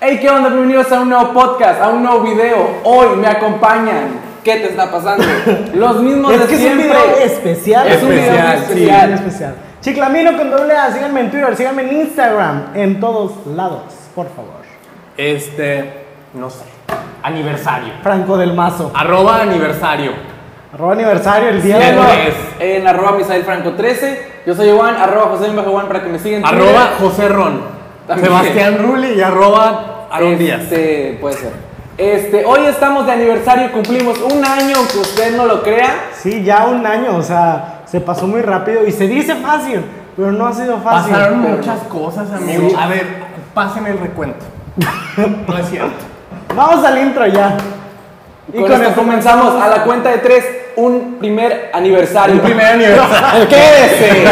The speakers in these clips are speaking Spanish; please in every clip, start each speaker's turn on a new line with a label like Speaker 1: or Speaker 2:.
Speaker 1: Hey, ¿qué onda? Bienvenidos a un nuevo podcast, a un nuevo video. Hoy me acompañan. ¿Qué te está pasando? Los mismos
Speaker 2: Es
Speaker 1: de
Speaker 2: que es un
Speaker 1: siempre.
Speaker 2: video especial.
Speaker 1: Es un video
Speaker 3: Especial, sí.
Speaker 1: especial.
Speaker 2: Bien especial. Chiclamino con doble A, síganme en Twitter, síganme en Instagram, en todos lados, por favor.
Speaker 3: Este, no sé. Aniversario.
Speaker 2: Franco del Mazo.
Speaker 3: Arroba aniversario.
Speaker 2: Arroba aniversario el día de
Speaker 3: Siempre
Speaker 2: hoy.
Speaker 3: es.
Speaker 1: En arroba Misael Franco 13. Yo soy Juan, arroba José Bajo Juan para que me sigan. en Twitter.
Speaker 3: Arroba José Ron.
Speaker 1: También.
Speaker 3: Sebastián Rulli y arroba Aaron Díaz.
Speaker 1: Este, puede ser. Este, hoy estamos de aniversario, cumplimos un año, aunque usted no lo crea.
Speaker 2: Sí, ya un año, o sea, se pasó muy rápido y se dice fácil, pero no ha sido fácil.
Speaker 3: Pasaron
Speaker 1: pero-
Speaker 3: muchas cosas, amigos.
Speaker 1: Sí.
Speaker 3: A ver, pasen el recuento. No es cierto.
Speaker 2: Vamos al intro ya.
Speaker 1: Y con, esto comenzamos a la cuenta de tres, un primer aniversario.
Speaker 3: El primer aniversario.
Speaker 1: ¡Quédese!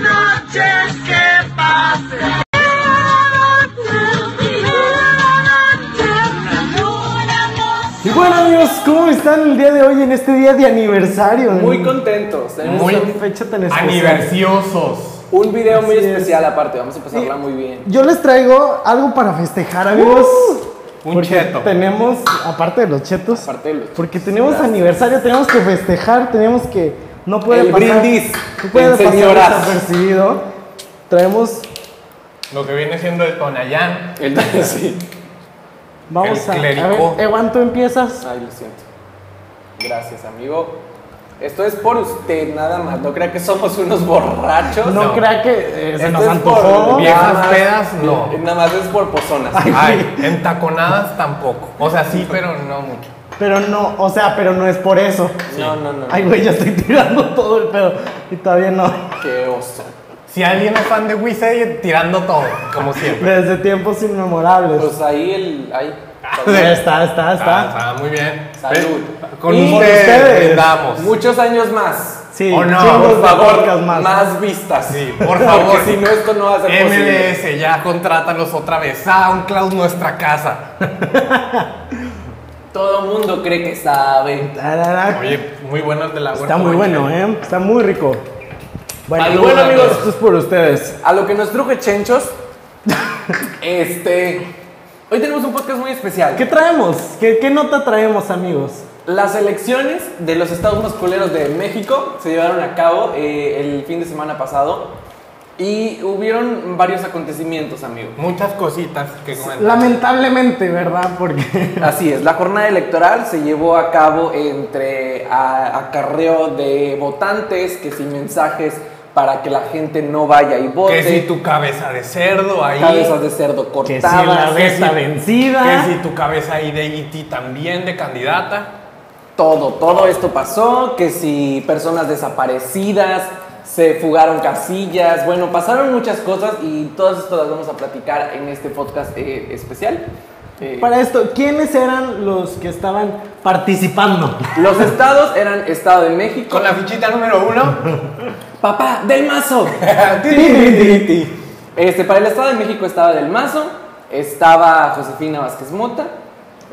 Speaker 4: noches que pasen.
Speaker 2: Y bueno amigos, ¿cómo están el día de hoy en este día de aniversario?
Speaker 1: Muy contentos. Tenemos
Speaker 3: Muy
Speaker 2: Qué fecha tan especial.
Speaker 3: Aniversiosos.
Speaker 1: un video muy
Speaker 2: Así es.
Speaker 1: especial aparte, vamos a
Speaker 2: Sí.
Speaker 1: pasarla muy bien.
Speaker 2: Yo les traigo algo para
Speaker 1: Uh,
Speaker 2: festejar, amigos.
Speaker 3: Un
Speaker 2: Porque
Speaker 3: cheto.
Speaker 2: Tenemos, aparte de los chetos,
Speaker 1: Aparte de los
Speaker 2: porque
Speaker 1: chetos,
Speaker 2: tenemos
Speaker 1: gracias.
Speaker 2: aniversario, tenemos que festejar, tenemos que. No puede
Speaker 1: El
Speaker 2: pasar.
Speaker 1: brindis,
Speaker 2: No puede
Speaker 1: el
Speaker 2: pasar
Speaker 1: señorazo.
Speaker 2: desapercibido. Traemos.
Speaker 3: Lo que viene siendo el Tonayán.
Speaker 1: El- sí.
Speaker 2: Vamos
Speaker 3: El
Speaker 2: a. a
Speaker 3: clérigo.
Speaker 2: ver, Ewan, tú empiezas.
Speaker 1: Ay, lo siento. Gracias, amigo. Esto es por usted, nada más. No crea que somos unos borrachos.
Speaker 2: No,
Speaker 3: no.
Speaker 2: crea que eh, se
Speaker 1: Esto
Speaker 2: nos
Speaker 1: Este es
Speaker 2: antojó.
Speaker 1: por-
Speaker 3: Viejas
Speaker 1: nada más-
Speaker 3: pedas, no.
Speaker 1: Nada más es por pozonas.
Speaker 3: Ay, en taconadas tampoco. O sea, sí, pero no mucho.
Speaker 2: Pero no, o sea, pero no es por eso.
Speaker 1: No, no, no. no.
Speaker 2: Ay, güey, ya estoy tirando todo el pedo. Y todavía no.
Speaker 1: Qué oso.
Speaker 3: Si alguien es fan de Wise, tirando todo, como siempre.
Speaker 2: Desde tiempos inmemorables.
Speaker 1: Pues ahí el. Ahí. Pues,
Speaker 2: está, está, está.
Speaker 3: Ah, está muy bien.
Speaker 1: Salud.
Speaker 3: Ven, Con
Speaker 1: Y-
Speaker 3: ustedes
Speaker 2: ustedes.
Speaker 3: brindamos.
Speaker 1: Muchos años más.
Speaker 2: Sí,
Speaker 3: Oh, no,
Speaker 2: chingos
Speaker 3: por
Speaker 2: de podcast más.
Speaker 1: vistas.
Speaker 3: Sí, por
Speaker 1: Porque
Speaker 3: favor.
Speaker 1: si no, esto no va a ser posible.
Speaker 3: MLS, ya contrátanos otra vez. SoundCloud, nuestra casa.
Speaker 1: Todo mundo cree que sabe.
Speaker 2: Tarara.
Speaker 3: Oye, muy buenas de la
Speaker 2: Está muy bueno, ¿eh? Está muy rico. Bueno,
Speaker 1: Salud,
Speaker 2: bueno, amigos,
Speaker 1: amigos.
Speaker 2: esto es por ustedes.
Speaker 1: A lo que nos truje Chenchos, este. Hoy tenemos un podcast muy especial.
Speaker 2: ¿Qué traemos? ¿Qué, qué nota traemos, amigos?
Speaker 1: Las elecciones de los estados masculeros de México se llevaron a cabo eh, el fin de semana pasado y hubieron varios acontecimientos, amigo.
Speaker 3: Muchas cositas que comentar.
Speaker 2: Lamentablemente, ¿verdad? Porque
Speaker 1: Así es, la jornada electoral se llevó a cabo entre a- acarreo de votantes, que sin mensajes para que la gente no vaya y vote,
Speaker 3: Que si tu cabeza de cerdo ahí.
Speaker 1: cabezas de cerdo
Speaker 2: que si la
Speaker 1: cortadas,
Speaker 2: vez está
Speaker 3: Que
Speaker 2: vencida.
Speaker 3: si tu cabeza ahí de IT también de candidata.
Speaker 1: todo, todo esto pasó, que si personas desaparecidas, se fugaron casillas, bueno, pasaron muchas cosas y todas esto las vamos a platicar en este podcast eh, especial. Eh,
Speaker 2: Para esto, ¿quiénes eran los que estaban participando?
Speaker 1: los estados eran Estado de México,
Speaker 3: Con la fichita número uno.
Speaker 1: papá del mazo. Este, para el Estado de México estaba Del Mazo, estaba Josefina Vázquez Mota,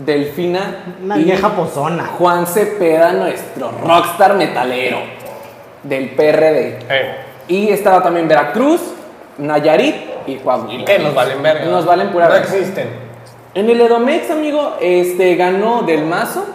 Speaker 1: Delfina
Speaker 2: Una
Speaker 1: y
Speaker 2: vieja pozona.
Speaker 1: Juan Cepeda, nuestro rockstar metalero del PRD.
Speaker 3: Eh,
Speaker 1: Y estaba también Veracruz, Nayarit y Coahuila.
Speaker 3: que nos valen verga.
Speaker 1: Nos valen pura
Speaker 3: No
Speaker 1: verga.
Speaker 3: existen.
Speaker 1: En el Edomex, amigo, este, ganó Del Mazo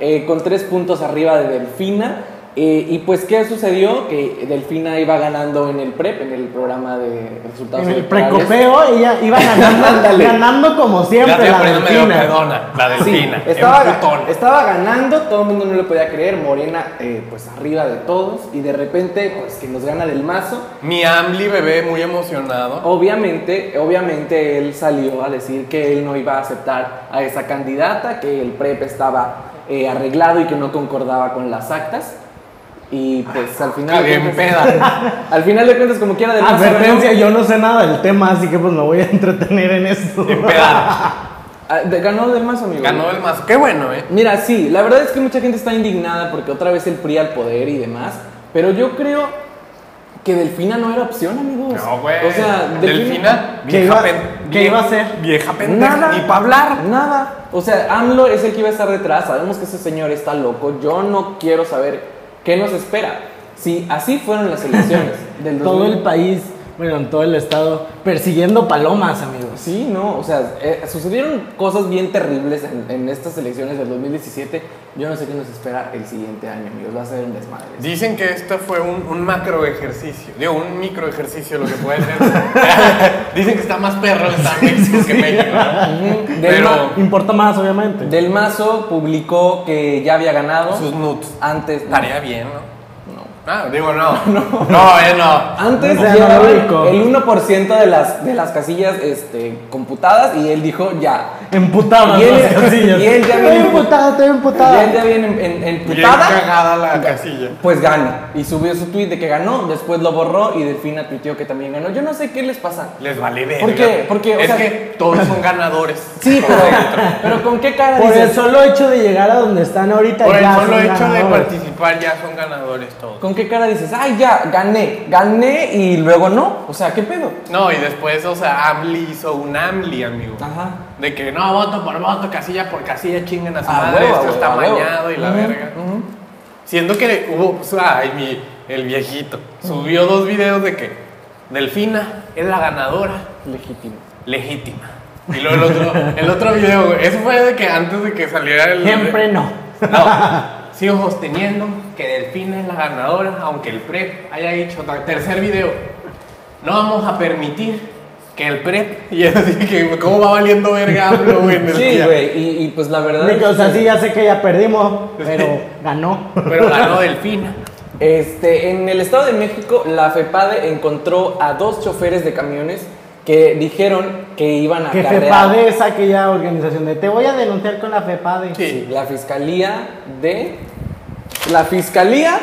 Speaker 1: eh, con tres puntos arriba de Delfina. Eh, y pues, ¿qué sucedió? Que Delfina iba ganando en el PREP, en el programa de resultados
Speaker 2: En el
Speaker 1: electorales.
Speaker 2: precopeo ella iba ganando,
Speaker 1: Ándale.
Speaker 2: ganando como
Speaker 3: Ya
Speaker 2: siempre
Speaker 3: te
Speaker 2: la
Speaker 3: aprendo medio
Speaker 2: delfina.
Speaker 3: pedona. La
Speaker 1: Sí,
Speaker 3: delfina.
Speaker 1: estaba,
Speaker 3: en putón.
Speaker 1: ga- estaba ganando, todo el mundo no le podía creer, Morena eh, pues arriba de todos y de repente pues que nos gana del mazo.
Speaker 3: Mi Ambly bebé muy emocionado.
Speaker 1: Obviamente, obviamente él salió a decir que él no iba a aceptar a esa candidata, que el PREP estaba eh, arreglado y que no concordaba con las actas. Y pues al final...
Speaker 3: Qué
Speaker 1: de
Speaker 3: bien
Speaker 1: cuentas- Al final de cuentas como quiera del mazo... ganó.
Speaker 2: Advertencia, yo no sé nada del tema, así que pues me voy a entretener en esto.
Speaker 3: Empedado.
Speaker 1: Ah, de- Ganó del mazo, amigo.
Speaker 3: Ganó el más. Qué bueno, eh.
Speaker 1: Mira, sí, la verdad es que mucha gente está indignada porque otra vez el PRI al poder y demás, pero yo creo que Delfina no era opción, amigos.
Speaker 3: No, güey.
Speaker 1: O sea,
Speaker 3: Delfina,
Speaker 2: ¿Qué
Speaker 3: vieja
Speaker 2: iba-
Speaker 3: pen-
Speaker 2: qué
Speaker 3: vie-
Speaker 2: iba a hacer?
Speaker 3: Vieja pendeja.
Speaker 1: Nada.
Speaker 3: Ni para hablar.
Speaker 1: Nada. O sea, AMLO es el que iba a estar detrás. Sabemos que ese señor está loco. Yo no quiero saber qué nos espera. Si así fueron las elecciones del
Speaker 2: Todo el
Speaker 1: 2000,
Speaker 2: país bueno, en todo el estado, persiguiendo palomas, amigos.
Speaker 1: Sí, no, o sea, eh, sucedieron cosas bien terribles en, en estas elecciones del 2017. Yo no sé qué nos espera el siguiente año, amigos. Va a ser un desmadre.
Speaker 3: Dicen que esto fue un, un macro ejercicio, digo, un micro ejercicio lo que puede ser. Dicen que está más perro está México que México, ¿no?
Speaker 1: Ujú. Del,
Speaker 3: Pero
Speaker 2: Importa más, obviamente.
Speaker 1: Ma- Del Mazo publicó que ya había ganado
Speaker 3: sus nudes
Speaker 1: antes. no.
Speaker 3: estaría bien, ¿no? No. Ah, digo, no. No, no, eh, no.
Speaker 1: Antes
Speaker 2: O sea,
Speaker 1: llevaba
Speaker 2: Rodrigo.
Speaker 1: el 1% de las, de las casillas este, computadas y él dijo ya.
Speaker 2: Emputado.
Speaker 1: Y él- y él ya viene-
Speaker 2: Estoy emputada, estoy
Speaker 1: Ya,
Speaker 2: emputada.
Speaker 1: ya bien en, en-
Speaker 3: Bien
Speaker 1: emputada,
Speaker 3: cagada la casilla.
Speaker 1: pues gana. Y subió su tweet de que ganó, después lo borró y Delfina tuiteó que también ganó. Yo no sé qué les pasa.
Speaker 3: Les vale ver.
Speaker 1: ¿Por qué? Porque, o
Speaker 3: es
Speaker 1: sea-
Speaker 3: que todos son ganadores.
Speaker 1: Sí, pero, pero ¿con qué cara
Speaker 2: Por el
Speaker 1: dices?
Speaker 2: solo hecho de llegar a donde están ahorita.
Speaker 3: Por el
Speaker 2: ya
Speaker 3: solo
Speaker 2: son
Speaker 3: hecho de
Speaker 2: ganadores.
Speaker 3: participar ya son ganadores todos.
Speaker 1: ¿Con qué cara dices? Ay, ya, gané, gané y luego no. O sea, ¿qué pedo?
Speaker 3: No, y después, o sea, AMLI hizo un AMLI, amigo.
Speaker 1: Ajá.
Speaker 3: De que no, voto por voto, casilla por casilla, chinguen a su
Speaker 1: A
Speaker 3: madre,
Speaker 1: huevo,
Speaker 3: esto
Speaker 1: a
Speaker 3: está
Speaker 1: huevo.
Speaker 3: mañado y la
Speaker 1: Ujú,
Speaker 3: verga. Siendo que hubo, o sea, ay, mi, el viejito subió dos videos de que Delfina es la ganadora
Speaker 1: Legítimo.
Speaker 3: legítima. Y luego el otro, el otro video, güey, eso fue de que antes de que saliera el...
Speaker 2: Siempre no.
Speaker 3: No, sigo sosteniendo que Delfina es la ganadora, aunque el PREP haya dicho ta- tercer video. No vamos a permitir que el PREP. Y es así que, ¿cómo va valiendo verga AMLO, güey? en el
Speaker 1: Sí,
Speaker 3: día?
Speaker 1: güey. Y, y, pues la verdad.
Speaker 2: De que,
Speaker 1: es
Speaker 2: o sea,
Speaker 1: que-
Speaker 2: sí, ya sé que ya perdimos, pero
Speaker 3: Sí.
Speaker 2: ganó.
Speaker 3: Pero ganó Delfina.
Speaker 1: Este, en el Estado de México, la FEPADE encontró a dos choferes de camiones que dijeron que iban a
Speaker 2: Que
Speaker 1: acarrear-
Speaker 2: FEPADE es aquella organización de te voy a denunciar con la FEPADE.
Speaker 3: Sí.
Speaker 1: Sí, la fiscalía de. La fiscalía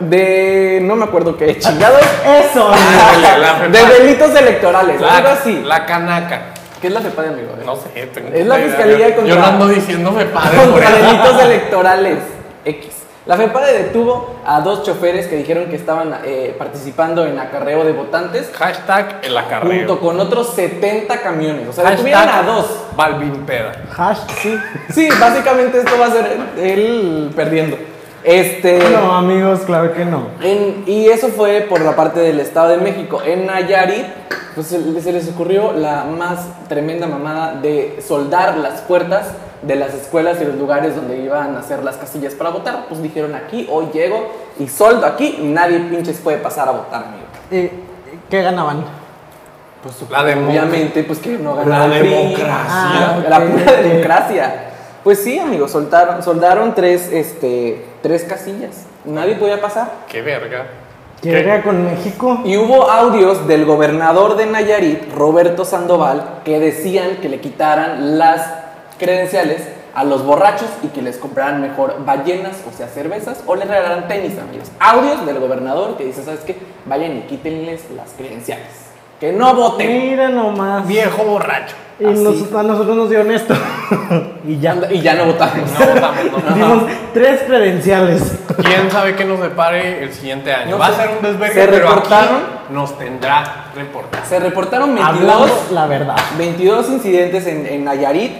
Speaker 1: de. No me acuerdo qué chingados.
Speaker 2: Eso.
Speaker 3: Ah, La- la
Speaker 1: de
Speaker 3: FEPADE.
Speaker 1: delitos electorales, algo
Speaker 3: La,
Speaker 1: así.
Speaker 3: la canaca.
Speaker 1: ¿Qué es la FEPADE, amigo?
Speaker 3: No sé. tengo
Speaker 1: Es la
Speaker 3: idea.
Speaker 1: fiscalía
Speaker 3: Yo-
Speaker 1: contra-
Speaker 3: Yo no ando diciéndome padre por
Speaker 1: Contra
Speaker 3: eso.
Speaker 1: delitos electorales. X. La FEPADE detuvo a dos choferes que dijeron que estaban eh, participando en acarreo de votantes
Speaker 3: Hashtag el
Speaker 1: junto
Speaker 3: acarreo.
Speaker 1: con otros 70 camiones. O sea,
Speaker 3: Hashtag
Speaker 1: detuvieron a dos.
Speaker 3: Balvin Peda.
Speaker 2: Hash, sí.
Speaker 1: Sí, básicamente esto va a ser él perdiendo. Este.
Speaker 2: No, amigos, claro que no.
Speaker 1: en- y eso fue por la parte del Estado de México. En Nayarit, pues se, se les ocurrió la más tremenda mamada de soldar las puertas de las escuelas y los lugares donde iban a hacer las casillas para votar. Pues dijeron aquí, hoy llego y soldo aquí, nadie pinches puede pasar a votar, amigo.
Speaker 2: Eh, ¿Qué ganaban?
Speaker 1: Pues
Speaker 3: La democracia.
Speaker 1: Obviamente, pues que no
Speaker 3: La
Speaker 1: ganaba el PRI.
Speaker 3: democracia.
Speaker 1: Ah,
Speaker 2: ok,
Speaker 1: la pura
Speaker 2: ok.
Speaker 1: democracia. Pues sí, amigos, soltaron, soldaron tres, este, tres casillas. Nadie podía pasar.
Speaker 3: Qué verga.
Speaker 2: ¿Qué
Speaker 3: ¿Qué?
Speaker 2: verga con México?
Speaker 1: Y hubo audios del gobernador de Nayarit, Roberto Sandoval, que decían que le quitaran las credenciales a los borrachos y que les compraran mejor ballenas, o sea, cervezas, o les regalaran tenis, amigos. Audios del gobernador que dice, ¿sabes qué? Vayan y quítenles las credenciales. Que no voten.
Speaker 2: Mira nomás.
Speaker 3: Viejo borracho.
Speaker 2: Y
Speaker 1: Así.
Speaker 2: nos- a nosotros nos dieron esto. y ya.
Speaker 1: Y ya no votamos.
Speaker 3: No votamos, no.
Speaker 2: Dimos tres credenciales.
Speaker 3: ¿Quién sabe qué nos depare el siguiente año?
Speaker 1: No
Speaker 3: Va a
Speaker 1: sé.
Speaker 3: ser un desvergue,
Speaker 1: Se
Speaker 3: pero
Speaker 1: reportaron.
Speaker 3: aquí nos tendrá reportado.
Speaker 1: Se reportaron 22,
Speaker 2: Hablamos la verdad.
Speaker 1: 22 incidentes en, en Nayarit.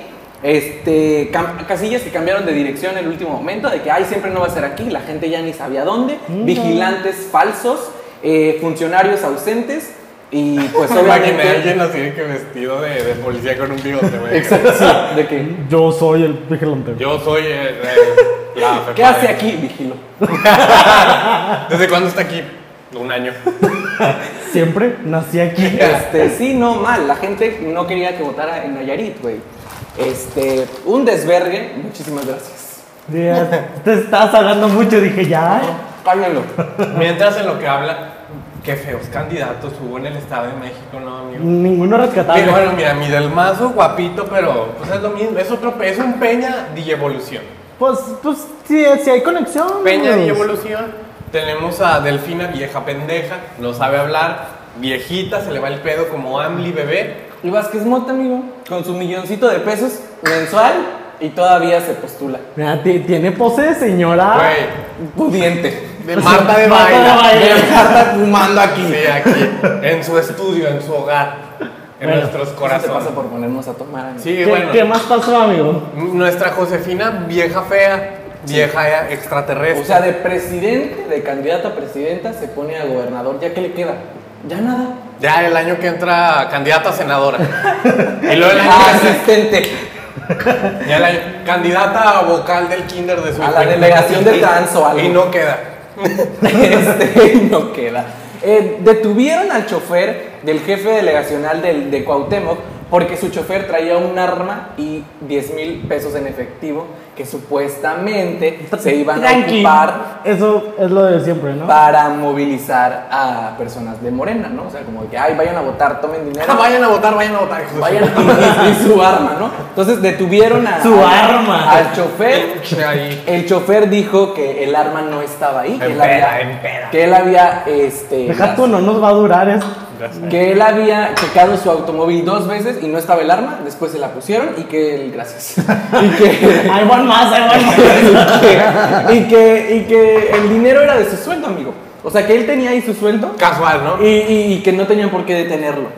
Speaker 1: Este, cam- casillas que cambiaron de dirección en el último momento, de que ay, siempre no va a ser aquí, la gente ya ni sabía dónde, vigilantes falsos, eh, funcionarios ausentes y pues
Speaker 3: Me imaginé a alguien
Speaker 1: obviamente...
Speaker 3: así de que vestido de, de policía con un bigote, güey.
Speaker 1: Exacto, sí, de que,
Speaker 2: Yo soy el vigilante.
Speaker 3: Yo soy eh, eh, la FEPADE.
Speaker 1: ¿Qué hace aquí? Vigilo.
Speaker 3: ¿Desde cuándo está aquí? Un año.
Speaker 2: Siempre nací aquí.
Speaker 1: Este, sí, no, mal. La gente no quería que votara en Nayarit, güey. Este, un desvergue. Muchísimas gracias.
Speaker 2: Ya, te estás hablando mucho, dije ya.
Speaker 1: Cálmenlo.
Speaker 3: Mientras en lo que habla, qué feos candidatos hubo en el Estado de México, ¿no,
Speaker 1: Mm,
Speaker 3: amigo?
Speaker 2: Ninguno rescatable.
Speaker 3: Pero bueno, mira, mi del mazo guapito, pero pues es lo mismo. Es otro, pe- es un Peña Digievolución.
Speaker 2: Pues, pues, sí, sí hay conexión.
Speaker 3: Peña
Speaker 2: güey.
Speaker 3: y evolución. Tenemos a Delfina, vieja pendeja, no sabe hablar, viejita, se le va el pedo como Amli bebé.
Speaker 1: Y Vázquez Mota, amigo, con su milloncito de pesos mensual y todavía se postula.
Speaker 2: Mira, ti- tiene pose de señora.
Speaker 3: Güey,
Speaker 1: Pudiente.
Speaker 3: de Marta de
Speaker 2: Ah. Marta de
Speaker 3: Baila.
Speaker 2: Baile.
Speaker 3: De Marta fumando
Speaker 1: aquí.
Speaker 3: Sí, aquí. En su estudio, en su hogar, en
Speaker 2: Bueno,
Speaker 3: nuestros
Speaker 1: Eso te
Speaker 3: corazones.
Speaker 1: pasa por ponernos a tomar, amigo.
Speaker 3: Sí,
Speaker 2: ¿Qué,
Speaker 3: bueno.
Speaker 2: qué más pasó, amigo?
Speaker 3: Nuestra Josefina, vieja fea, vieja extraterrestre.
Speaker 1: O sea, de presidente, de candidato a presidenta, se pone a gobernador. ¿Ya qué le queda? Ya nada.
Speaker 3: Ya el año que entra candidata a senadora. y luego el año
Speaker 1: Ah,
Speaker 3: que entra-
Speaker 1: asistente
Speaker 3: ya el año- candidata a vocal del kinder de su
Speaker 1: A la
Speaker 3: hijo.
Speaker 1: delegación de
Speaker 3: Y-
Speaker 1: trans o algo.
Speaker 3: Y no queda.
Speaker 1: este, y no queda. Eh, detuvieron al chofer del jefe delegacional del, de Cuauhtémoc porque su chofer traía un arma y 10 mil pesos en efectivo que supuestamente se iban a
Speaker 2: Tranqui.
Speaker 1: ocupar
Speaker 2: Eso es lo de siempre, ¿no?
Speaker 1: para movilizar a personas de Morena, ¿no? O sea, como que, ay, vayan a votar, tomen dinero.
Speaker 3: vayan a votar, vayan a votar. hijos de su-
Speaker 1: Vayan y, y su arma, ¿no? Entonces detuvieron a,
Speaker 2: Su
Speaker 1: a-
Speaker 2: arma.
Speaker 1: al chofer.
Speaker 3: Pinche ahí.
Speaker 1: El chofer dijo que el arma no estaba ahí, que
Speaker 3: En
Speaker 1: él
Speaker 3: peda,
Speaker 1: había,
Speaker 3: en peda.
Speaker 1: que él había, este,
Speaker 2: Deja tú, no nos va a durar eso.
Speaker 1: que él había checado su automóvil dos veces y no estaba el arma. Después se la pusieron y que él, gracias, y que
Speaker 2: Hay one más, hay one más.
Speaker 1: y, que, y que- y que el dinero era de su sueldo, amigo. O sea, que él tenía ahí su sueldo
Speaker 3: Casual, ¿no?
Speaker 1: y, y- y que no tenían por qué detenerlo.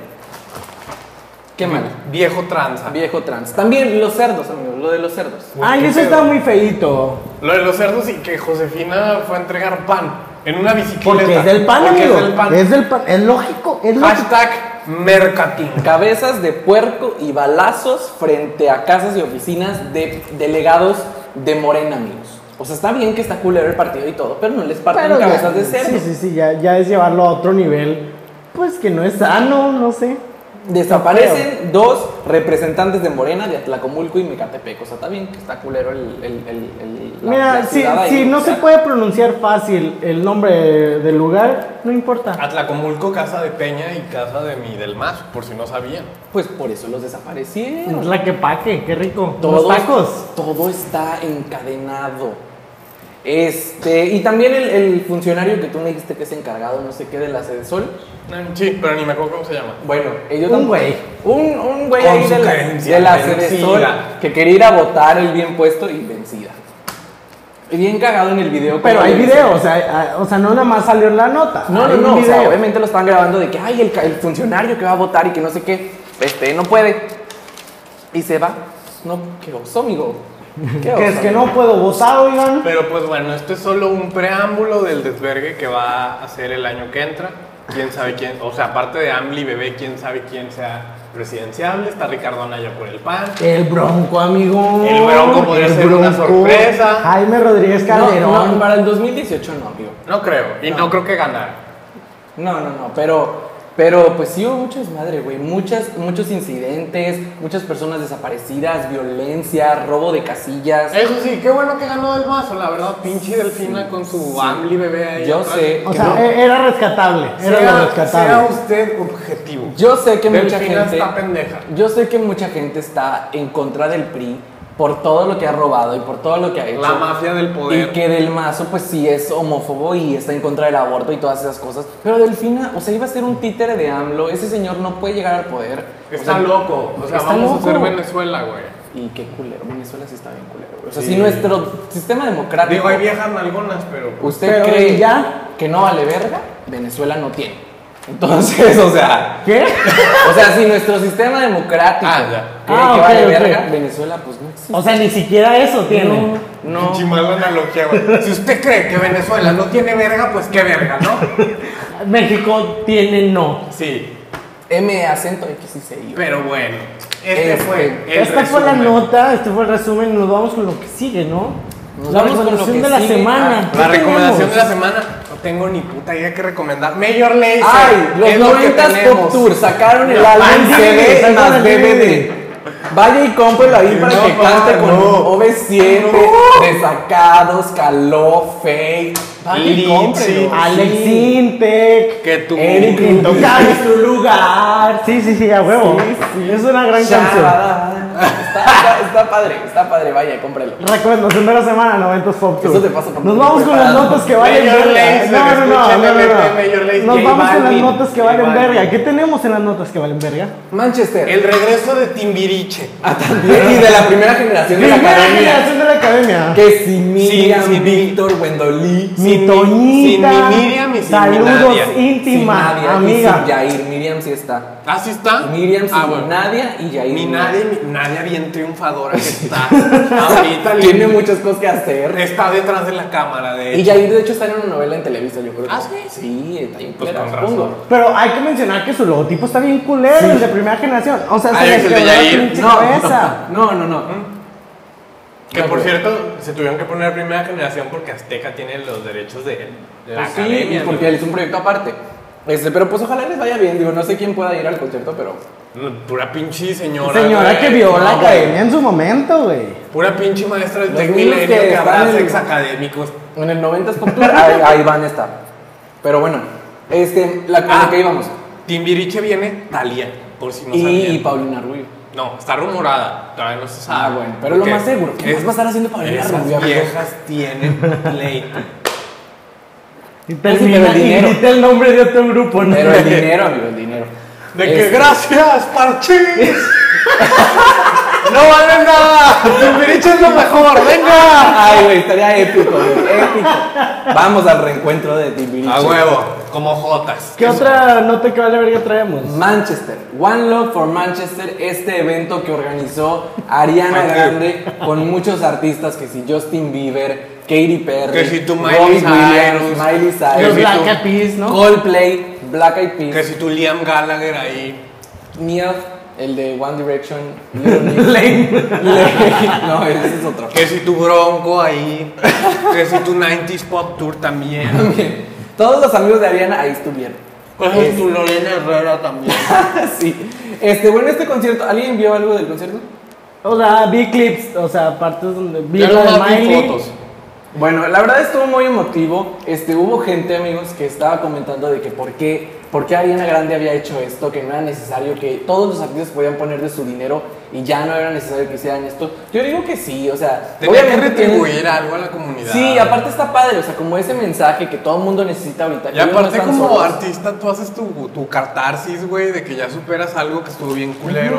Speaker 1: Qué mal.
Speaker 3: Viejo tranza.
Speaker 1: Viejo trans. También los cerdos, amigo, lo de los cerdos.
Speaker 2: Ay,
Speaker 3: qué
Speaker 2: eso
Speaker 3: pedo.
Speaker 2: está Ah, muy feíto.
Speaker 3: Lo de los cerdos y que Josefina fue a entregar pan en una bicicleta.
Speaker 2: Porque es del pan,
Speaker 3: Porque
Speaker 2: amigo.
Speaker 3: Es del pan.
Speaker 2: Es del pan. Es lógico, es lógico.
Speaker 3: Hashtag mercatín.
Speaker 1: Cabezas de puerco y balazos frente a casas y oficinas de delegados de Morena, amigos. O sea, está bien que está culero el partido y todo, pero no les parten
Speaker 2: Pero ya-
Speaker 1: cabezas de cerdo.
Speaker 2: Sí, sí, sí, ya, ya es llevarlo a otro nivel. Pues que no es sano, no sé.
Speaker 1: Desaparecen dos representantes de Morena de Atlacomulco y Mecatepec. O sea, está bien que está culero el. el- el- el- la-
Speaker 2: Mira,
Speaker 1: la
Speaker 2: si,
Speaker 1: ciudad ahí,
Speaker 2: si no
Speaker 1: o sea.
Speaker 2: se puede pronunciar fácil el nombre de- del lugar, no
Speaker 1: Ah,
Speaker 2: importa.
Speaker 3: Atlacomulco, casa de Peña y casa de mi del Mazo, por si no sabían.
Speaker 1: Pues por eso los desaparecieron.
Speaker 2: Es la que paque, qué rico.
Speaker 1: Todos-
Speaker 2: Los tacos.
Speaker 1: Todo está encadenado. Este, y también el, el funcionario que tú me dijiste que es encargado, no sé qué, de la sede sol.
Speaker 3: Mm, Sí, pero ni me acuerdo cómo se llama.
Speaker 1: Bueno, ellos
Speaker 2: Un güey.
Speaker 1: Un, un güey
Speaker 3: Con
Speaker 1: ahí
Speaker 3: su
Speaker 1: de la,
Speaker 3: creencia
Speaker 1: de la sede
Speaker 3: vencida.
Speaker 1: sol que quería ir a votar el bien puesto y vencida. Y bien cagado en el video.
Speaker 2: Pero
Speaker 1: como
Speaker 2: hay
Speaker 1: le-
Speaker 2: video, o sea, hay- o sea, no nada más salió en la nota.
Speaker 1: No, no,
Speaker 2: Hay un
Speaker 1: no. O sea,
Speaker 2: video.
Speaker 1: obviamente lo están grabando de que, ay, el, ca- el funcionario que va a votar y que no sé qué, este, no puede. Y se va. No, qué oso, amigo. Qué
Speaker 2: que es
Speaker 1: oso,
Speaker 2: que
Speaker 1: amigo.
Speaker 2: no puedo votar, oigan.
Speaker 3: Pero pues bueno, esto es solo un preámbulo del desvergue que va a hacer el año que entra. Quién sabe quién, o sea, aparte de Amli Bebé, quién sabe quién sea presidenciable. Está Ricardo Anaya por el PAN.
Speaker 2: El bronco, amigo.
Speaker 3: El Bronco podría ser una sorpresa.
Speaker 2: Jaime Rodríguez Calderón.
Speaker 1: No, no, para el 2018 no, amigo.
Speaker 3: No creo, y no, creo que ganar.
Speaker 1: No, no, no, pero, pero pues sí hubo mucho desmadre, güey. Muchas, muchos incidentes, muchas personas desaparecidas, violencia, robo de casillas.
Speaker 3: Eso sí, qué bueno que ganó del Mazo, la verdad. Pinche Delfina con su Amli Bebé ahí.
Speaker 1: Yo
Speaker 3: atrás.
Speaker 1: sé.
Speaker 2: O
Speaker 1: que
Speaker 2: sea,
Speaker 1: no-
Speaker 2: e- era rescatable, era lo
Speaker 3: Sea, sea
Speaker 2: rescatable.
Speaker 3: usted objetivo.
Speaker 1: yo sé que mucha
Speaker 3: Delfina
Speaker 1: gente.
Speaker 3: está pendeja.
Speaker 1: Yo sé que mucha gente está en contra del PRI por todo lo que ha robado y por todo lo que ha hecho.
Speaker 3: La mafia del
Speaker 1: Y
Speaker 3: poder.
Speaker 1: que Del Mazo, pues sí es homófobo y está en contra del aborto y todas esas cosas. Pero Delfina, o sea, iba a ser un títere de AMLO. Ese señor no puede llegar al poder. O
Speaker 3: Está
Speaker 1: sea,
Speaker 3: loco. O sea,
Speaker 1: está
Speaker 3: vamos
Speaker 1: loco.
Speaker 3: a ser Venezuela, güey.
Speaker 1: Y qué culero. Venezuela sí está bien culero. güey. O sea,
Speaker 3: Sí.
Speaker 1: si nuestro sistema democrático.
Speaker 3: Digo, hay viejas algunas, pero.
Speaker 1: ¿Usted
Speaker 2: Pero
Speaker 1: cree
Speaker 2: ya.
Speaker 1: que no vale verga? Venezuela no tiene. Entonces, o sea.
Speaker 2: ¿Qué?
Speaker 1: O sea, si nuestro sistema democrático
Speaker 3: Ah, ya.
Speaker 1: cree
Speaker 2: Ah,
Speaker 1: que
Speaker 2: ok,
Speaker 1: vale
Speaker 2: ok.
Speaker 1: verga, Venezuela pues no existe.
Speaker 2: O sea, ni siquiera eso tiene.
Speaker 1: no.
Speaker 3: Pinche mala analogía, güey. Si usted cree que Venezuela no tiene verga, pues qué verga, ¿no?
Speaker 2: México tiene no.
Speaker 3: Sí,
Speaker 1: M acento X y C. I.
Speaker 3: pero bueno. Este,
Speaker 1: Este.
Speaker 3: fue. el
Speaker 2: Esta fue la
Speaker 3: resumen.
Speaker 2: nota, este fue el resumen, nos vamos con lo que sigue, ¿no?
Speaker 1: Nos
Speaker 2: la
Speaker 1: vamos con lo
Speaker 2: recomendación
Speaker 1: que
Speaker 2: de la
Speaker 1: sigue.
Speaker 2: semana.
Speaker 3: Ah, La
Speaker 2: ¿Qué
Speaker 3: recomendación
Speaker 2: tenemos?
Speaker 3: de la semana. No tengo ni puta idea que recomendar. Mayor Lazer.
Speaker 1: Ay,
Speaker 3: es
Speaker 1: los
Speaker 3: lo que
Speaker 1: 90 Pop
Speaker 3: tenemos.
Speaker 1: Tour sacaron el
Speaker 2: La
Speaker 1: álbum
Speaker 2: pandemia,
Speaker 1: CD
Speaker 2: sacaron
Speaker 1: más
Speaker 2: el
Speaker 1: DVD. Vaya y cómprelo ahí para
Speaker 3: No,
Speaker 1: que cante
Speaker 3: pa,
Speaker 1: con
Speaker 3: no.
Speaker 1: OV7, Desacados, Caló, Fake. Vaya y
Speaker 3: Litsi.
Speaker 1: cómprelo.
Speaker 2: Alex
Speaker 1: Sí.
Speaker 2: Intec.
Speaker 3: Que tu.
Speaker 1: Eric Clapton.
Speaker 2: Cabe su lugar. Sí, sí, sí, a huevo. Es una gran canción.
Speaker 1: Está, está- está padre, está padre, vaya, cómprelo.
Speaker 2: Recomendación de la semana, 90 Pop Tour.
Speaker 1: Eso te pasa por
Speaker 2: Nos
Speaker 1: no
Speaker 2: vamos con las
Speaker 1: preparado.
Speaker 2: notas que valen
Speaker 3: Major
Speaker 2: verga.
Speaker 3: Lazer,
Speaker 2: No, no, no,
Speaker 3: escuchen
Speaker 2: no, no,
Speaker 3: MF, Major
Speaker 2: no.
Speaker 3: Lazer,
Speaker 2: Nos
Speaker 3: J
Speaker 2: vamos con las
Speaker 3: Balvin,
Speaker 2: notas que
Speaker 3: J
Speaker 2: valen
Speaker 3: Balvin.
Speaker 2: verga. ¿Qué tenemos en las notas que valen verga?
Speaker 1: Manchester.
Speaker 3: El regreso de Timbiriche.
Speaker 1: Ah, también. Y de la primera generación de la
Speaker 2: Primera
Speaker 1: academia.
Speaker 2: generación de la academia.
Speaker 1: Que si Miriam,
Speaker 3: sí,
Speaker 1: Víctor, Wendolí,
Speaker 2: Mi
Speaker 3: sin mi- sin
Speaker 2: Toñita.
Speaker 3: mi Miriam y sin mi
Speaker 2: Saludos
Speaker 3: Nadia.
Speaker 1: sin
Speaker 2: íntima,
Speaker 1: Nadia, y
Speaker 2: amiga.
Speaker 1: sin Yair, Miriam Miriam sí está.
Speaker 3: ¿Ah, sí está?
Speaker 1: Miriam, sí,
Speaker 3: ah, bueno.
Speaker 1: Nadia y Yair.
Speaker 3: Mi Nadia, mi Nadia bien triunfadora que está. Ahorita
Speaker 1: Tiene
Speaker 3: le-
Speaker 1: muchas cosas que hacer.
Speaker 3: Está detrás de la cámara, de
Speaker 1: Y Yair, de hecho, está en una novela en Televisa, yo creo.
Speaker 3: Ah,
Speaker 1: que-
Speaker 3: sí.
Speaker 1: Sí, está bien.
Speaker 3: Pues
Speaker 1: culera,
Speaker 3: con
Speaker 1: supongo.
Speaker 3: razón.
Speaker 2: Pero hay que mencionar que su logotipo está bien culero, el de primera generación. O sea, se
Speaker 3: Ay,
Speaker 2: le
Speaker 3: Ah, es el de
Speaker 2: quebró la
Speaker 3: Yair.
Speaker 2: pinche
Speaker 1: No,
Speaker 2: cabeza.
Speaker 1: no, no, no.
Speaker 3: Mm, Que
Speaker 1: No,
Speaker 3: por
Speaker 1: güey.
Speaker 3: cierto, se tuvieron que poner primera generación porque Azteca tiene los derechos de la
Speaker 1: Pues sí, y
Speaker 3: academia.
Speaker 1: porque él es un proyecto aparte. Este, pero pues ojalá les vaya bien. Digo, no sé quién pueda ir al concierto, pero.
Speaker 3: güey. Pura pinche señora.
Speaker 2: Señora
Speaker 3: güey.
Speaker 2: que vio
Speaker 3: No,
Speaker 2: la
Speaker 3: güey.
Speaker 2: academia en su momento, güey.
Speaker 3: Pura pinche maestra del
Speaker 1: Los
Speaker 3: Tec
Speaker 1: niños
Speaker 3: Milenio
Speaker 1: que
Speaker 3: que
Speaker 1: están
Speaker 3: abraza
Speaker 1: en-
Speaker 3: ex académicos.
Speaker 1: En el 90 es cultura. ahí, ahí van a estar. Pero bueno, este, la,
Speaker 3: Ah,
Speaker 1: a lo que íbamos.
Speaker 3: Timbiriche viene Talía, por si no
Speaker 1: y,
Speaker 3: sabían.
Speaker 1: y Paulina Rubio.
Speaker 3: No, está rumorada, todavía no se sabe.
Speaker 1: Ah, bueno, pero lo
Speaker 3: Porque
Speaker 1: más seguro, ¿qué
Speaker 3: es-
Speaker 1: más va a estar haciendo Paulina
Speaker 3: esas
Speaker 1: Rubio, amigo?
Speaker 3: viejas tienen pleito.
Speaker 2: Y
Speaker 1: pero el dinero.
Speaker 2: el nombre de otro grupo, ¿no?
Speaker 1: Pero el dinero, amigo, el dinero.
Speaker 3: De
Speaker 1: Este,
Speaker 3: que gracias, parchís. no valen nada. Timbiriche es lo mejor, venga.
Speaker 1: Ay, güey, estaría épico, güey, épico. Vamos al reencuentro de Timbiriche.
Speaker 3: A huevo, como Jotas.
Speaker 2: ¿Qué otra nota que vale verga traemos?
Speaker 1: Manchester, One Love for Manchester, este evento que organizó Ariana
Speaker 3: Ok.
Speaker 1: Grande con muchos artistas que si Justin Bieber, Katy Perry,
Speaker 3: Que si tu Miley
Speaker 1: Robbie
Speaker 3: Cyrus,
Speaker 1: Miley
Speaker 2: Los
Speaker 1: Cyrus,
Speaker 3: que si-
Speaker 2: Black Eyed Peas, ¿no?
Speaker 1: Coldplay, Black Eyed
Speaker 3: Que
Speaker 1: Peas,
Speaker 3: si tu Liam Gallagher ahí.
Speaker 1: Neil, el de One Direction, Little Nick. Lane. no, ese es otro.
Speaker 3: Que si tu Bronco ahí. que si tu 90s Pop Tour también.
Speaker 1: También, Todos los amigos de Ariana ahí estuvieron.
Speaker 3: Que si tu Lorena Herrera también.
Speaker 1: sí. Este, bueno, este concierto, ¿alguien vio algo del concierto?
Speaker 2: O sea, vi clips, o sea, partes donde vi
Speaker 3: Ya
Speaker 2: la de
Speaker 3: nomás vi
Speaker 2: Miley.
Speaker 3: fotos.
Speaker 1: Bueno, la verdad estuvo muy emotivo. Este, hubo gente, amigos, que estaba comentando de que por qué, por qué Ariana Grande había hecho esto, que no era necesario, que todos los artistas podían poner de su dinero y ya no era necesario que hicieran esto. Yo digo que sí, o sea,
Speaker 3: Tenía que
Speaker 1: tienen-
Speaker 3: retribuir algo a la comunidad.
Speaker 1: Sí, aparte está padre, o sea, como ese mensaje que todo el mundo necesita ahorita. que
Speaker 3: Y
Speaker 1: ellos no
Speaker 3: aparte
Speaker 1: están
Speaker 3: como
Speaker 1: solos.
Speaker 3: artista tú haces tu, tu cartarsis, güey, de que ya superas algo que estuvo bien culero.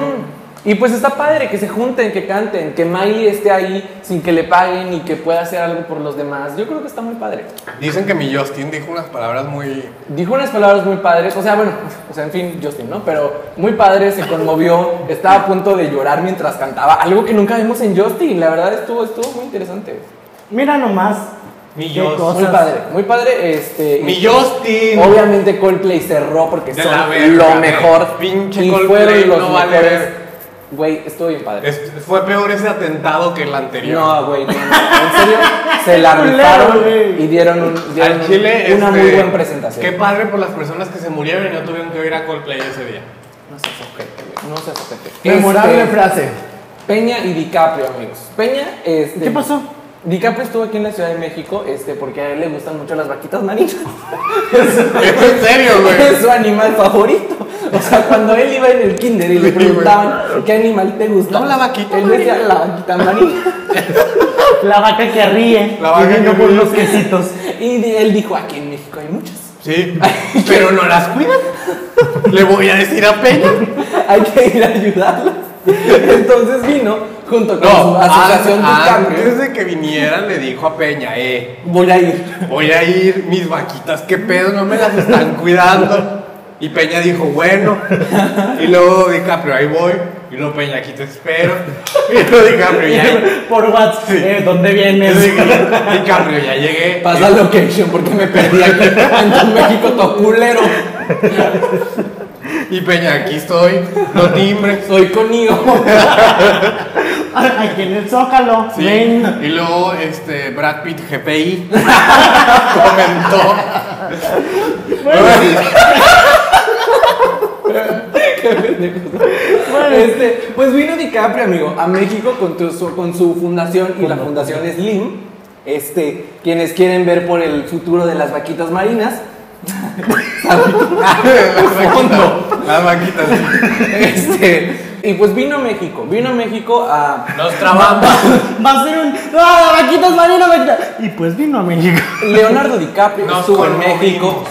Speaker 1: Y pues está padre que se junten, que canten, que Miley esté ahí sin que le paguen y que pueda hacer algo por los demás. Yo creo que está muy padre.
Speaker 3: Dicen que mi Justin dijo unas palabras muy...
Speaker 1: Dijo unas palabras muy padres, o sea, bueno, o sea, en fin, Justin, ¿no? Pero muy padre, se conmovió, estaba a punto de llorar mientras cantaba, algo que nunca vimos en Justin, la verdad estuvo, estuvo muy interesante.
Speaker 2: Mira nomás.
Speaker 3: Mi
Speaker 2: qué
Speaker 3: Dios.
Speaker 1: Muy
Speaker 2: cosas.
Speaker 1: padre, muy padre, este...
Speaker 3: ¡Mi
Speaker 1: y-
Speaker 3: Justin!
Speaker 1: Obviamente Coldplay cerró porque
Speaker 3: De
Speaker 1: son
Speaker 3: la verga,
Speaker 1: lo
Speaker 3: eh.
Speaker 1: mejor.
Speaker 3: Pinche
Speaker 1: y
Speaker 3: Coldplay,
Speaker 1: fueron los
Speaker 3: no vale
Speaker 1: mejores.
Speaker 3: ver.
Speaker 1: Güey, estuvo bien padre.
Speaker 3: Es- fue peor ese atentado que el anterior.
Speaker 1: No, güey, no, no, en serio, se la
Speaker 2: Culero,
Speaker 1: rifaron
Speaker 2: güey.
Speaker 1: y dieron, un- dieron
Speaker 3: Al Chile,
Speaker 1: una
Speaker 3: este,
Speaker 1: muy buena presentación.
Speaker 3: Qué padre por las personas que se murieron y no tuvieron que ir a Coldplay ese día.
Speaker 1: No seas ojete, güey, no seas ojete.
Speaker 2: Memorable
Speaker 1: Este,
Speaker 2: frase.
Speaker 1: Peña y DiCaprio, amigos. Peña, este...
Speaker 2: ¿Qué pasó?
Speaker 1: DiCaprio estuvo aquí en la Ciudad de México, este, porque a él le gustan mucho las vaquitas marinas.
Speaker 3: Es en serio,
Speaker 1: es
Speaker 3: güey.
Speaker 1: su animal favorito. O sea, cuando él iba en el kinder y le
Speaker 3: Sí, güey.
Speaker 1: preguntaban qué animal te gusta.
Speaker 3: No, la vaquita
Speaker 1: Él decía
Speaker 3: marina.
Speaker 1: la vaquita marina.
Speaker 2: La vaca que ríe.
Speaker 3: La vaca
Speaker 2: y vino
Speaker 3: que
Speaker 2: por
Speaker 3: ríe.
Speaker 2: los quesitos.
Speaker 1: Y di- él dijo, aquí en México hay muchas.
Speaker 3: Sí, pero no las cuidan. Le voy a decir a Peña.
Speaker 1: Hay que ir a ayudarlas. Entonces vino junto con su
Speaker 3: No, ah,
Speaker 1: asociación
Speaker 3: an-
Speaker 1: DiCaprio.
Speaker 3: antes de que vinieran le dijo a Peña, eh,
Speaker 1: Voy a ir.
Speaker 3: Voy a ir, mis vaquitas, qué pedo, no me las están cuidando. Y Peña dijo, bueno. Y luego DiCaprio, ahí voy. Y luego Peña, aquí te espero. Y luego DiCaprio, ya llegué.
Speaker 2: Por WhatsApp.
Speaker 3: Sí.
Speaker 2: eh, ¿Dónde
Speaker 3: Y
Speaker 2: vienes?
Speaker 3: luego DiCaprio, ya llegué.
Speaker 1: Pasa location porque me perdí aquí. En México, todo culero.
Speaker 3: Y Peña, aquí estoy. No timbres.
Speaker 1: Soy conmigo.
Speaker 2: Aquí en el Zócalo.
Speaker 3: Sí.
Speaker 2: Ven.
Speaker 3: Y luego este, Brad Pitt, GPI, comentó.
Speaker 2: Bueno, bueno.
Speaker 1: Este, pues vino DiCaprio, amigo, a México con, tu- su, con su fundación y la fundación Slim. Este, quienes quieren ver por el futuro de las vaquitas marinas.
Speaker 3: Las vaquitas. Las vaquitas.
Speaker 1: Este, y pues vino a México, vino a México a...
Speaker 3: Nos trabamos.
Speaker 2: Va a ser un. ¡Ah, vaquitas marinas! vaquitas! Y pues vino a México.
Speaker 1: Leonardo DiCaprio
Speaker 3: Nos
Speaker 1: estuvo en
Speaker 3: conmovimos.
Speaker 1: México.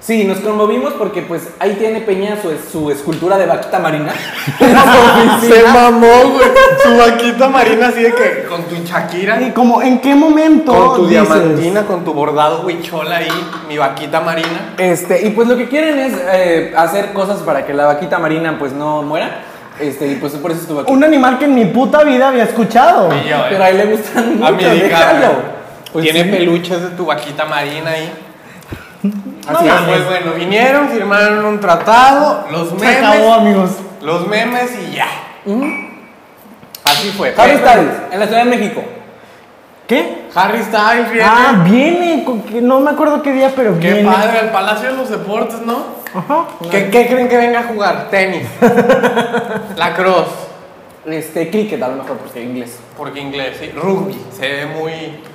Speaker 1: Sí, nos conmovimos porque pues ahí tiene Peña su, su escultura de vaquita marina. En su
Speaker 3: Se
Speaker 1: oficina.
Speaker 3: mamó, güey. Su vaquita marina así de que con tu Shakira,
Speaker 2: Y como, ¿en qué momento
Speaker 3: con tu
Speaker 2: dices,
Speaker 3: diamantina, con tu bordado huichola ahí, mi vaquita marina.
Speaker 1: Este, y pues lo que quieren es eh, hacer cosas para que la vaquita marina pues no muera. Este, y pues por eso es tu vaquita.
Speaker 2: Un animal que en mi puta vida había escuchado.
Speaker 3: Y yo, eh,
Speaker 1: Pero ahí le gustan
Speaker 3: a
Speaker 1: mucho,
Speaker 3: mi hija,
Speaker 1: déjalo.
Speaker 3: güey,
Speaker 1: Pues
Speaker 3: Tiene
Speaker 1: sí.
Speaker 3: peluches de tu vaquita marina ahí.
Speaker 1: Así
Speaker 3: Ah,
Speaker 1: es.
Speaker 3: pues bueno, vinieron, firmaron un tratado, los
Speaker 2: Se acabó,
Speaker 3: memes,
Speaker 2: amigos.
Speaker 3: los memes y ya. Así fue.
Speaker 1: Harry
Speaker 3: Pero-
Speaker 1: Styles, en la Ciudad de México.
Speaker 2: ¿Qué?
Speaker 3: Harry Styles viene.
Speaker 2: Ah, viene. con que- No me acuerdo qué día, pero
Speaker 3: Qué
Speaker 2: viene.
Speaker 3: padre, al Palacio de los Deportes, ¿no?
Speaker 2: Ajá.
Speaker 3: ¿Qué, qué creen que venga a jugar? Tenis. Lacrosse.
Speaker 1: Este, cricket a lo mejor porque inglés.
Speaker 3: Porque inglés, sí. Rugby. Se ve muy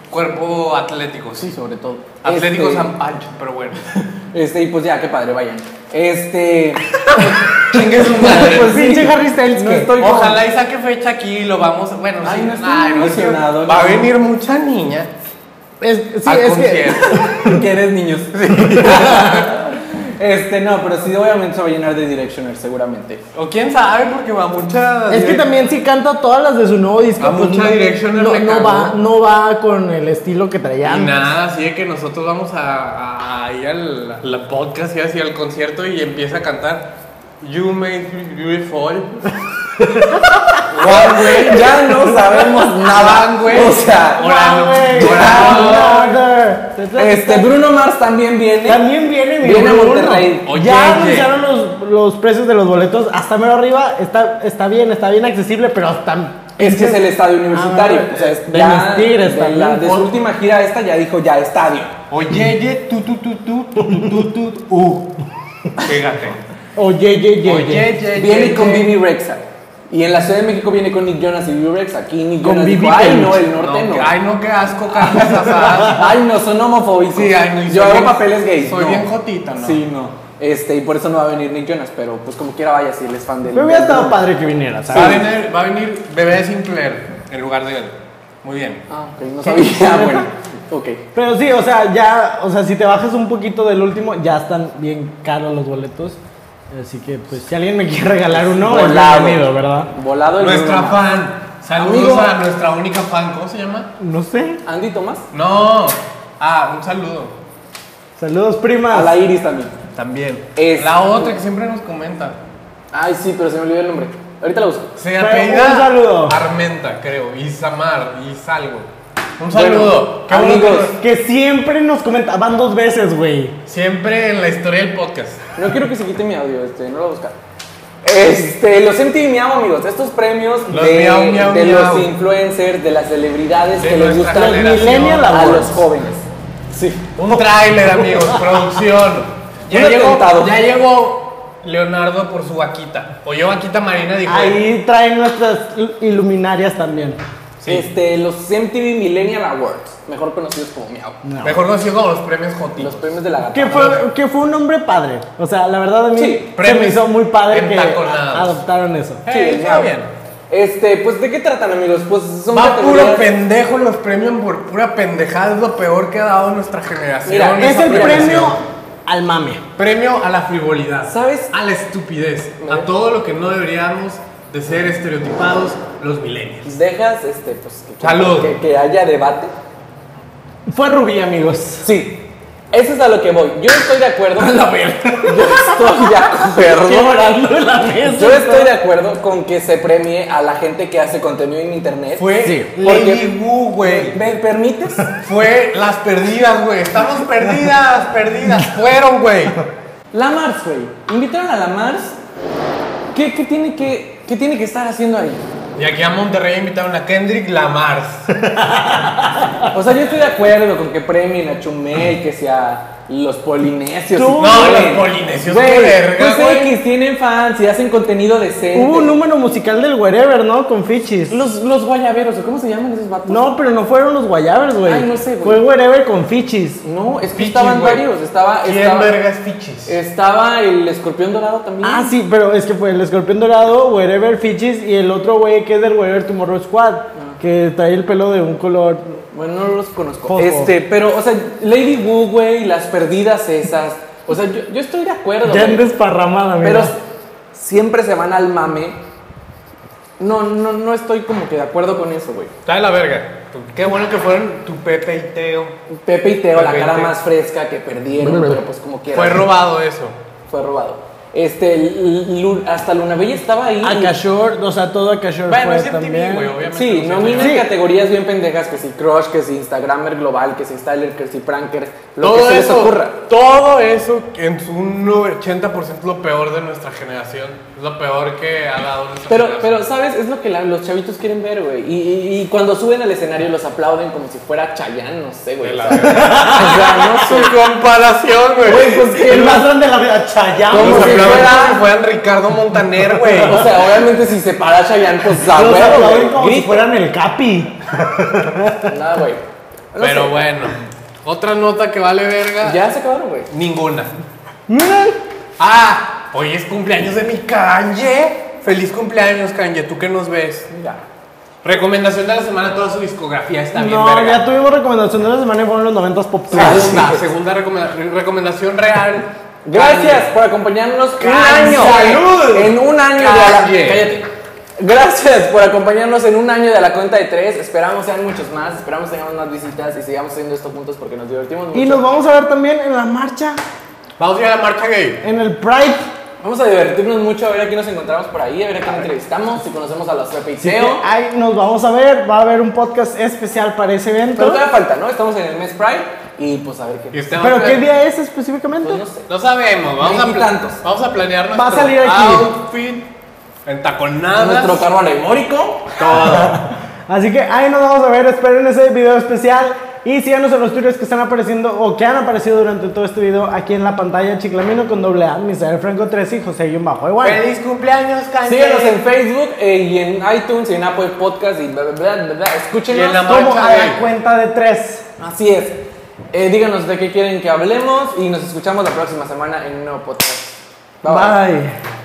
Speaker 3: cuerpo atlético, sí.
Speaker 1: sobre todo.
Speaker 3: Atlético
Speaker 1: Este,
Speaker 3: San Pancho, pero bueno.
Speaker 1: Este, y pues ya, qué padre, vayan. Este.
Speaker 3: Chingue su madre.
Speaker 1: Pues sí,
Speaker 2: Pinche Harry Styles,
Speaker 1: no
Speaker 2: que-
Speaker 1: estoy con-
Speaker 3: Ojalá y saque fecha aquí y lo vamos. Bueno,
Speaker 1: Ay,
Speaker 3: sí.
Speaker 1: no estoy emocionado,
Speaker 3: Va a
Speaker 1: no.
Speaker 3: venir mucha niña
Speaker 2: Es- sí,
Speaker 3: al
Speaker 2: es que.
Speaker 3: concierto.
Speaker 1: que eres niños. este, no, pero sí, obviamente se va a llenar de Directioners, seguramente.
Speaker 3: O quién sabe, porque va mucha.
Speaker 2: Es que también si canta todas las de su nuevo disco,
Speaker 3: A mucha
Speaker 2: no-
Speaker 3: dirección
Speaker 2: no,
Speaker 3: le
Speaker 2: no
Speaker 3: cagó.
Speaker 2: va, no va con el estilo que traía.
Speaker 3: Y
Speaker 2: antes.
Speaker 3: nada, así de que nosotros vamos a, a- a ir al al podcast y así al concierto y empieza a cantar You Made Me Beautiful. One Way.
Speaker 1: Ya no sabemos nada,
Speaker 3: Van, güey.
Speaker 1: O sea,
Speaker 3: Orando,
Speaker 2: Güey,
Speaker 3: orando.
Speaker 2: brother.
Speaker 1: este, Bruno Mars también viene.
Speaker 2: También viene mi
Speaker 1: Viene a
Speaker 2: Bruno.
Speaker 1: Monterrey.
Speaker 3: Oye,
Speaker 2: ya
Speaker 3: oye.
Speaker 2: anunciaron los, los precios de los boletos. Hasta mero arriba está, está bien, está bien accesible, pero hasta.
Speaker 1: Es que es el estadio universitario.
Speaker 2: Ah, bueno,
Speaker 1: o sea, es
Speaker 2: de
Speaker 1: ya
Speaker 2: mis Tigres
Speaker 1: de, la-
Speaker 2: también.
Speaker 1: de su última gira esta ya dijo ya estadio.
Speaker 3: Oye, ye, tu, tu, tu, tu, tu, tu, tu, tu, tu, uh. Fíjate.
Speaker 2: Oye, ye, ye, ye.
Speaker 3: Oye, ye,
Speaker 1: Viene
Speaker 3: ye,
Speaker 1: con
Speaker 3: ye.
Speaker 1: Vivi Rexa. Y en la Ciudad de México viene con Nick Jonas y Vivi Rexa. Aquí Nick
Speaker 2: Con
Speaker 1: Jonas dijo,
Speaker 2: Bibi
Speaker 1: ay
Speaker 2: Rexa".
Speaker 1: no, el
Speaker 3: No,
Speaker 1: norte no.
Speaker 3: que- Ay, no, qué asco, carnes asadas.
Speaker 1: Ay no, son homofóbicos.
Speaker 3: Sí, ay, no, y
Speaker 1: Yo
Speaker 3: soy
Speaker 1: hago
Speaker 3: bien-
Speaker 1: papeles gays.
Speaker 3: soy
Speaker 1: no.
Speaker 3: bien jotita, ¿no?
Speaker 1: Sí, no. Este, y por eso no va a venir Nick Jonas, pero pues como quiera vaya si él es fan de
Speaker 2: Me hubiera estado padre que viniera,
Speaker 3: Va a
Speaker 2: ¿sabes?
Speaker 3: venir, va a venir bebé Sinclair en lugar de él. Muy bien.
Speaker 1: Ah, ok, no sabía. Ah, bueno. Ok.
Speaker 2: Pero sí, o sea, ya, o sea, si te bajas un poquito del último, ya están bien caros los boletos. Así que, pues, si alguien me quiere regalar uno, es
Speaker 1: Volado.
Speaker 2: bienvenido, ¿verdad?
Speaker 1: Volado el
Speaker 3: Nuestra
Speaker 1: Bruno Mars.
Speaker 3: fan. Saludos
Speaker 1: Amigo.
Speaker 3: a nuestra única fan. ¿Cómo se llama?
Speaker 2: No sé.
Speaker 1: Andy Tomás.
Speaker 3: No. Ah, un saludo.
Speaker 2: Saludos,
Speaker 1: A la
Speaker 2: primas.
Speaker 1: Iris también.
Speaker 3: También.
Speaker 1: Es-
Speaker 3: La otra que siempre nos comenta.
Speaker 1: Ay, sí, pero se me olvidó el nombre. Ahorita la busco.
Speaker 3: Se
Speaker 2: Pero
Speaker 3: apellida
Speaker 2: un saludo.
Speaker 3: Armenta, creo. Y Samar, y Salgo. Un saludo. Qué bueno
Speaker 1: amigos.
Speaker 3: que-
Speaker 2: Que siempre nos comentaban dos veces, güey.
Speaker 3: Siempre en la historia del podcast.
Speaker 1: No quiero que se quite mi audio, este, no lo voy a buscar. Este, los MTV Miau, amigos, estos premios
Speaker 3: Los
Speaker 1: de,
Speaker 3: Miau, Miau,
Speaker 1: de
Speaker 3: Miau.
Speaker 1: los influencers, de las celebridades
Speaker 3: De
Speaker 1: que les
Speaker 3: nuestra
Speaker 1: gustan
Speaker 3: generación.
Speaker 2: millennial
Speaker 1: a
Speaker 2: awards.
Speaker 1: los jóvenes. Sí.
Speaker 3: Un tráiler, amigos. producción.
Speaker 1: Un
Speaker 3: Ya llegó,
Speaker 1: atentado.
Speaker 3: ya llegó Leonardo por su vaquita. O yo vaquita marina dijo.
Speaker 2: Ahí traen nuestras iluminarias también.
Speaker 3: Sí.
Speaker 1: Este, los MTV Millennial Awards, mejor conocidos como Miau.
Speaker 2: No.
Speaker 3: Mejor conocido como los premios Eh, Jotitos.
Speaker 1: Los premios de la gata.
Speaker 2: Que fue, que fue un hombre padre. O sea, la verdad a mí
Speaker 1: Ah, Sí,
Speaker 2: se me
Speaker 3: premios
Speaker 2: hizo muy padre que
Speaker 3: entaconados.
Speaker 2: a- adoptaron eso.
Speaker 1: Sí,
Speaker 3: Eh,
Speaker 1: el
Speaker 3: está
Speaker 1: Miau.
Speaker 3: bien.
Speaker 1: Este, pues, ¿de qué tratan, amigos? Pues son
Speaker 3: Va puro
Speaker 1: categorías-
Speaker 3: pendejo en los premios por pura pendejada, es lo peor que ha dado nuestra generación.
Speaker 1: Mira,
Speaker 3: esa
Speaker 2: Es el
Speaker 3: premiación.
Speaker 2: premio al mame.
Speaker 3: Premio a la frivolidad.
Speaker 1: ¿Sabes?
Speaker 3: A la estupidez.
Speaker 1: Me-
Speaker 3: A todo lo que no deberíamos de ser estereotipados los millennials.
Speaker 1: Dejas, este, pues, que-
Speaker 3: Salud.
Speaker 1: que- que haya debate.
Speaker 2: Fue Rubí, amigos.
Speaker 1: Sí. Eso es a lo que voy. Yo estoy de acuerdo. Yo estoy de
Speaker 2: Llorando
Speaker 1: acuerdo.
Speaker 2: en la mesa.
Speaker 1: Yo estoy de acuerdo con que se premie a la gente que hace contenido en internet.
Speaker 3: Fue
Speaker 2: Sí.
Speaker 3: Lady
Speaker 1: Porque-
Speaker 3: Wu, güey.
Speaker 1: ¿Me permites?
Speaker 3: Fue las perdidas, güey. Estamos perdidas, perdidas. Fueron, güey.
Speaker 1: La Mars, güey. Invitaron a la Mars. ¿Qué, qué tiene que, qué tiene que estar haciendo ahí?
Speaker 3: Y aquí a Monterrey invitaron a Kendrick Lamar.
Speaker 1: O sea, yo estoy de acuerdo con que premien a Chumel, que sea los polinesios.
Speaker 2: Tú,
Speaker 1: y-
Speaker 3: No,
Speaker 1: güey.
Speaker 3: los polinesios,
Speaker 1: Güey,
Speaker 3: qué verga,
Speaker 1: Pues
Speaker 3: güey. Uh,
Speaker 1: X tienen fans y hacen contenido decente.
Speaker 2: Hubo un número musical del Wherever, ¿no? Con Fichis.
Speaker 1: los, los guayaberos, ¿o ¿cómo se llaman esos vatos?
Speaker 2: No, pero no fueron los Guayabers, güey.
Speaker 1: Ay, no sé, güey.
Speaker 2: Fue Wherever con Fichis.
Speaker 1: No, es que
Speaker 3: Fichis,
Speaker 1: estaban
Speaker 3: güey.
Speaker 1: varios. Estaba,
Speaker 3: ¿Quién
Speaker 1: estaba- Eh,
Speaker 3: vergas fichis?
Speaker 1: Estaba el escorpión dorado también.
Speaker 2: Ah, sí, pero es que fue el Escorpión Dorado, Wherever Fichis y el otro güey que es del Wherever Tomorrow Squad,
Speaker 1: Ah.
Speaker 2: que trae el pelo de un color.
Speaker 1: Bueno, no los conozco.
Speaker 2: Fosfo.
Speaker 1: Este, pero, o sea, Lady Wu, güey, las perdidas esas. O sea, yo, yo estoy de acuerdo.
Speaker 2: Ya en
Speaker 1: güey.
Speaker 2: desparramada,
Speaker 1: Pero
Speaker 2: mira.
Speaker 1: siempre se van al mame. No, no, no estoy como que de acuerdo con eso, güey.
Speaker 3: Está de la verga. Qué bueno que fueron tu Pepe y Teo.
Speaker 1: Pepe y Teo, la cara
Speaker 3: Pepe.
Speaker 1: más fresca que perdieron, pero pues como quieran.
Speaker 3: Fue robado eso.
Speaker 1: Fue robado. Este, L- Lu- hasta Luna Bella estaba ahí.
Speaker 2: Akashor, o sea, todo Akashor
Speaker 3: Bueno,
Speaker 2: fue
Speaker 3: es MTV,
Speaker 2: también.
Speaker 3: güey, Ah, obviamente.
Speaker 1: Sí,
Speaker 3: no sé.
Speaker 1: nominan
Speaker 2: Sí.
Speaker 1: categorías bien pendejas, que si crush, que si instagramer global, que si styler, que si pranker, lo
Speaker 3: todo
Speaker 1: que se
Speaker 3: eso,
Speaker 1: les ocurra.
Speaker 3: Todo eso que en su- un 80% es lo peor de nuestra generación. Es lo peor que ha dado nuestra
Speaker 1: Pero,
Speaker 3: generación.
Speaker 1: pero, ¿sabes? Es lo que la- los chavitos quieren ver, güey. Y, y- y cuando suben al escenario los aplauden como si fuera Chayanne, no sé, güey.
Speaker 3: De
Speaker 1: O
Speaker 3: la
Speaker 1: sea,
Speaker 3: verga.
Speaker 1: o sea, no sé.
Speaker 3: Su comparación, güey.
Speaker 1: Güey, pues que
Speaker 2: El
Speaker 1: no-
Speaker 2: más grande de la vida, Chayanne.
Speaker 1: ¿Cómo
Speaker 3: Ah,
Speaker 1: si
Speaker 3: Los aplausos
Speaker 1: fuera-
Speaker 3: que fueran Ricardo Montaner, güey.
Speaker 1: O sea, obviamente si se para Chayanne, pues a
Speaker 2: Los
Speaker 1: huevo,
Speaker 2: aplauden
Speaker 1: güey.
Speaker 2: como si
Speaker 1: Grita.
Speaker 2: fueran el Capi.
Speaker 1: Nada, güey. No
Speaker 3: pero
Speaker 1: sé.
Speaker 3: bueno, otra nota que vale verga.
Speaker 1: Ya se acabaron, güey.
Speaker 3: Ninguna.
Speaker 2: Mira,
Speaker 3: Ah, hoy es cumpleaños de mi Kanye. Feliz cumpleaños, Kanye. ¿Tú que nos ves?
Speaker 1: Mira.
Speaker 3: Recomendación de la semana, toda su discografía está bien
Speaker 2: No,
Speaker 3: verga.
Speaker 2: ya tuvimos recomendación de la semana y fueron los 90s pop
Speaker 1: Ah.
Speaker 2: plus.
Speaker 3: Segunda, segunda recomenda- recomendación real.
Speaker 1: Gracias por acompañarnos un
Speaker 3: Calle.
Speaker 1: año.
Speaker 3: Salud.
Speaker 1: En un año de
Speaker 3: Calle.
Speaker 1: la. Cállate. Gracias por acompañarnos en un año de la cuenta de tres. Esperamos sean muchos más. Esperamos tengamos más visitas y sigamos haciendo esto juntos porque nos divertimos mucho.
Speaker 2: Y nos vamos a ver también en la marcha,
Speaker 3: Vamos a ir a la marcha gay.
Speaker 2: en el Pride.
Speaker 1: Vamos a divertirnos mucho a ver a quién nos encontramos por ahí, a ver a quién entrevistamos, si conocemos a los Pepe y
Speaker 2: Así que
Speaker 1: Teo.
Speaker 2: eh, ahí nos vamos a ver. Va a haber un podcast especial para ese
Speaker 1: Pero
Speaker 2: evento.
Speaker 1: todavía falta, ¿no? Estamos en el mes Pride y pues a ver
Speaker 3: Y
Speaker 1: qué.
Speaker 3: estamos-
Speaker 2: ¿Pero qué día es específicamente?
Speaker 1: Pues no sé.
Speaker 3: No sabemos, vamos a, pla-
Speaker 1: Veintitantos.
Speaker 3: vamos a planear nuestro
Speaker 2: Va a salir aquí.
Speaker 3: outfit en taconadas.
Speaker 1: Nuestro carro alegórico.
Speaker 3: todo.
Speaker 2: Así que ahí nos vamos a ver, esperen ese video especial y síganos en los tweets que están apareciendo o que han aparecido durante todo este video aquí en la pantalla Chiclamino con doble A, Misael Franco 13 y José Guión Bajo de Guay.
Speaker 3: ¡Feliz cumpleaños, Kanye!
Speaker 1: Síguenos en Facebook eh, y en iTunes y en Apple Podcast y bla, bla, bla, bla, bla.
Speaker 3: Y en
Speaker 1: Escúchenos.
Speaker 3: la
Speaker 2: Como
Speaker 3: marcha,
Speaker 2: a
Speaker 3: güey.
Speaker 2: la cuenta de tres.
Speaker 1: Así es. Eh, díganos de qué quieren que hablemos y nos escuchamos la próxima semana en un nuevo podcast. Bye. bye.
Speaker 2: Bye.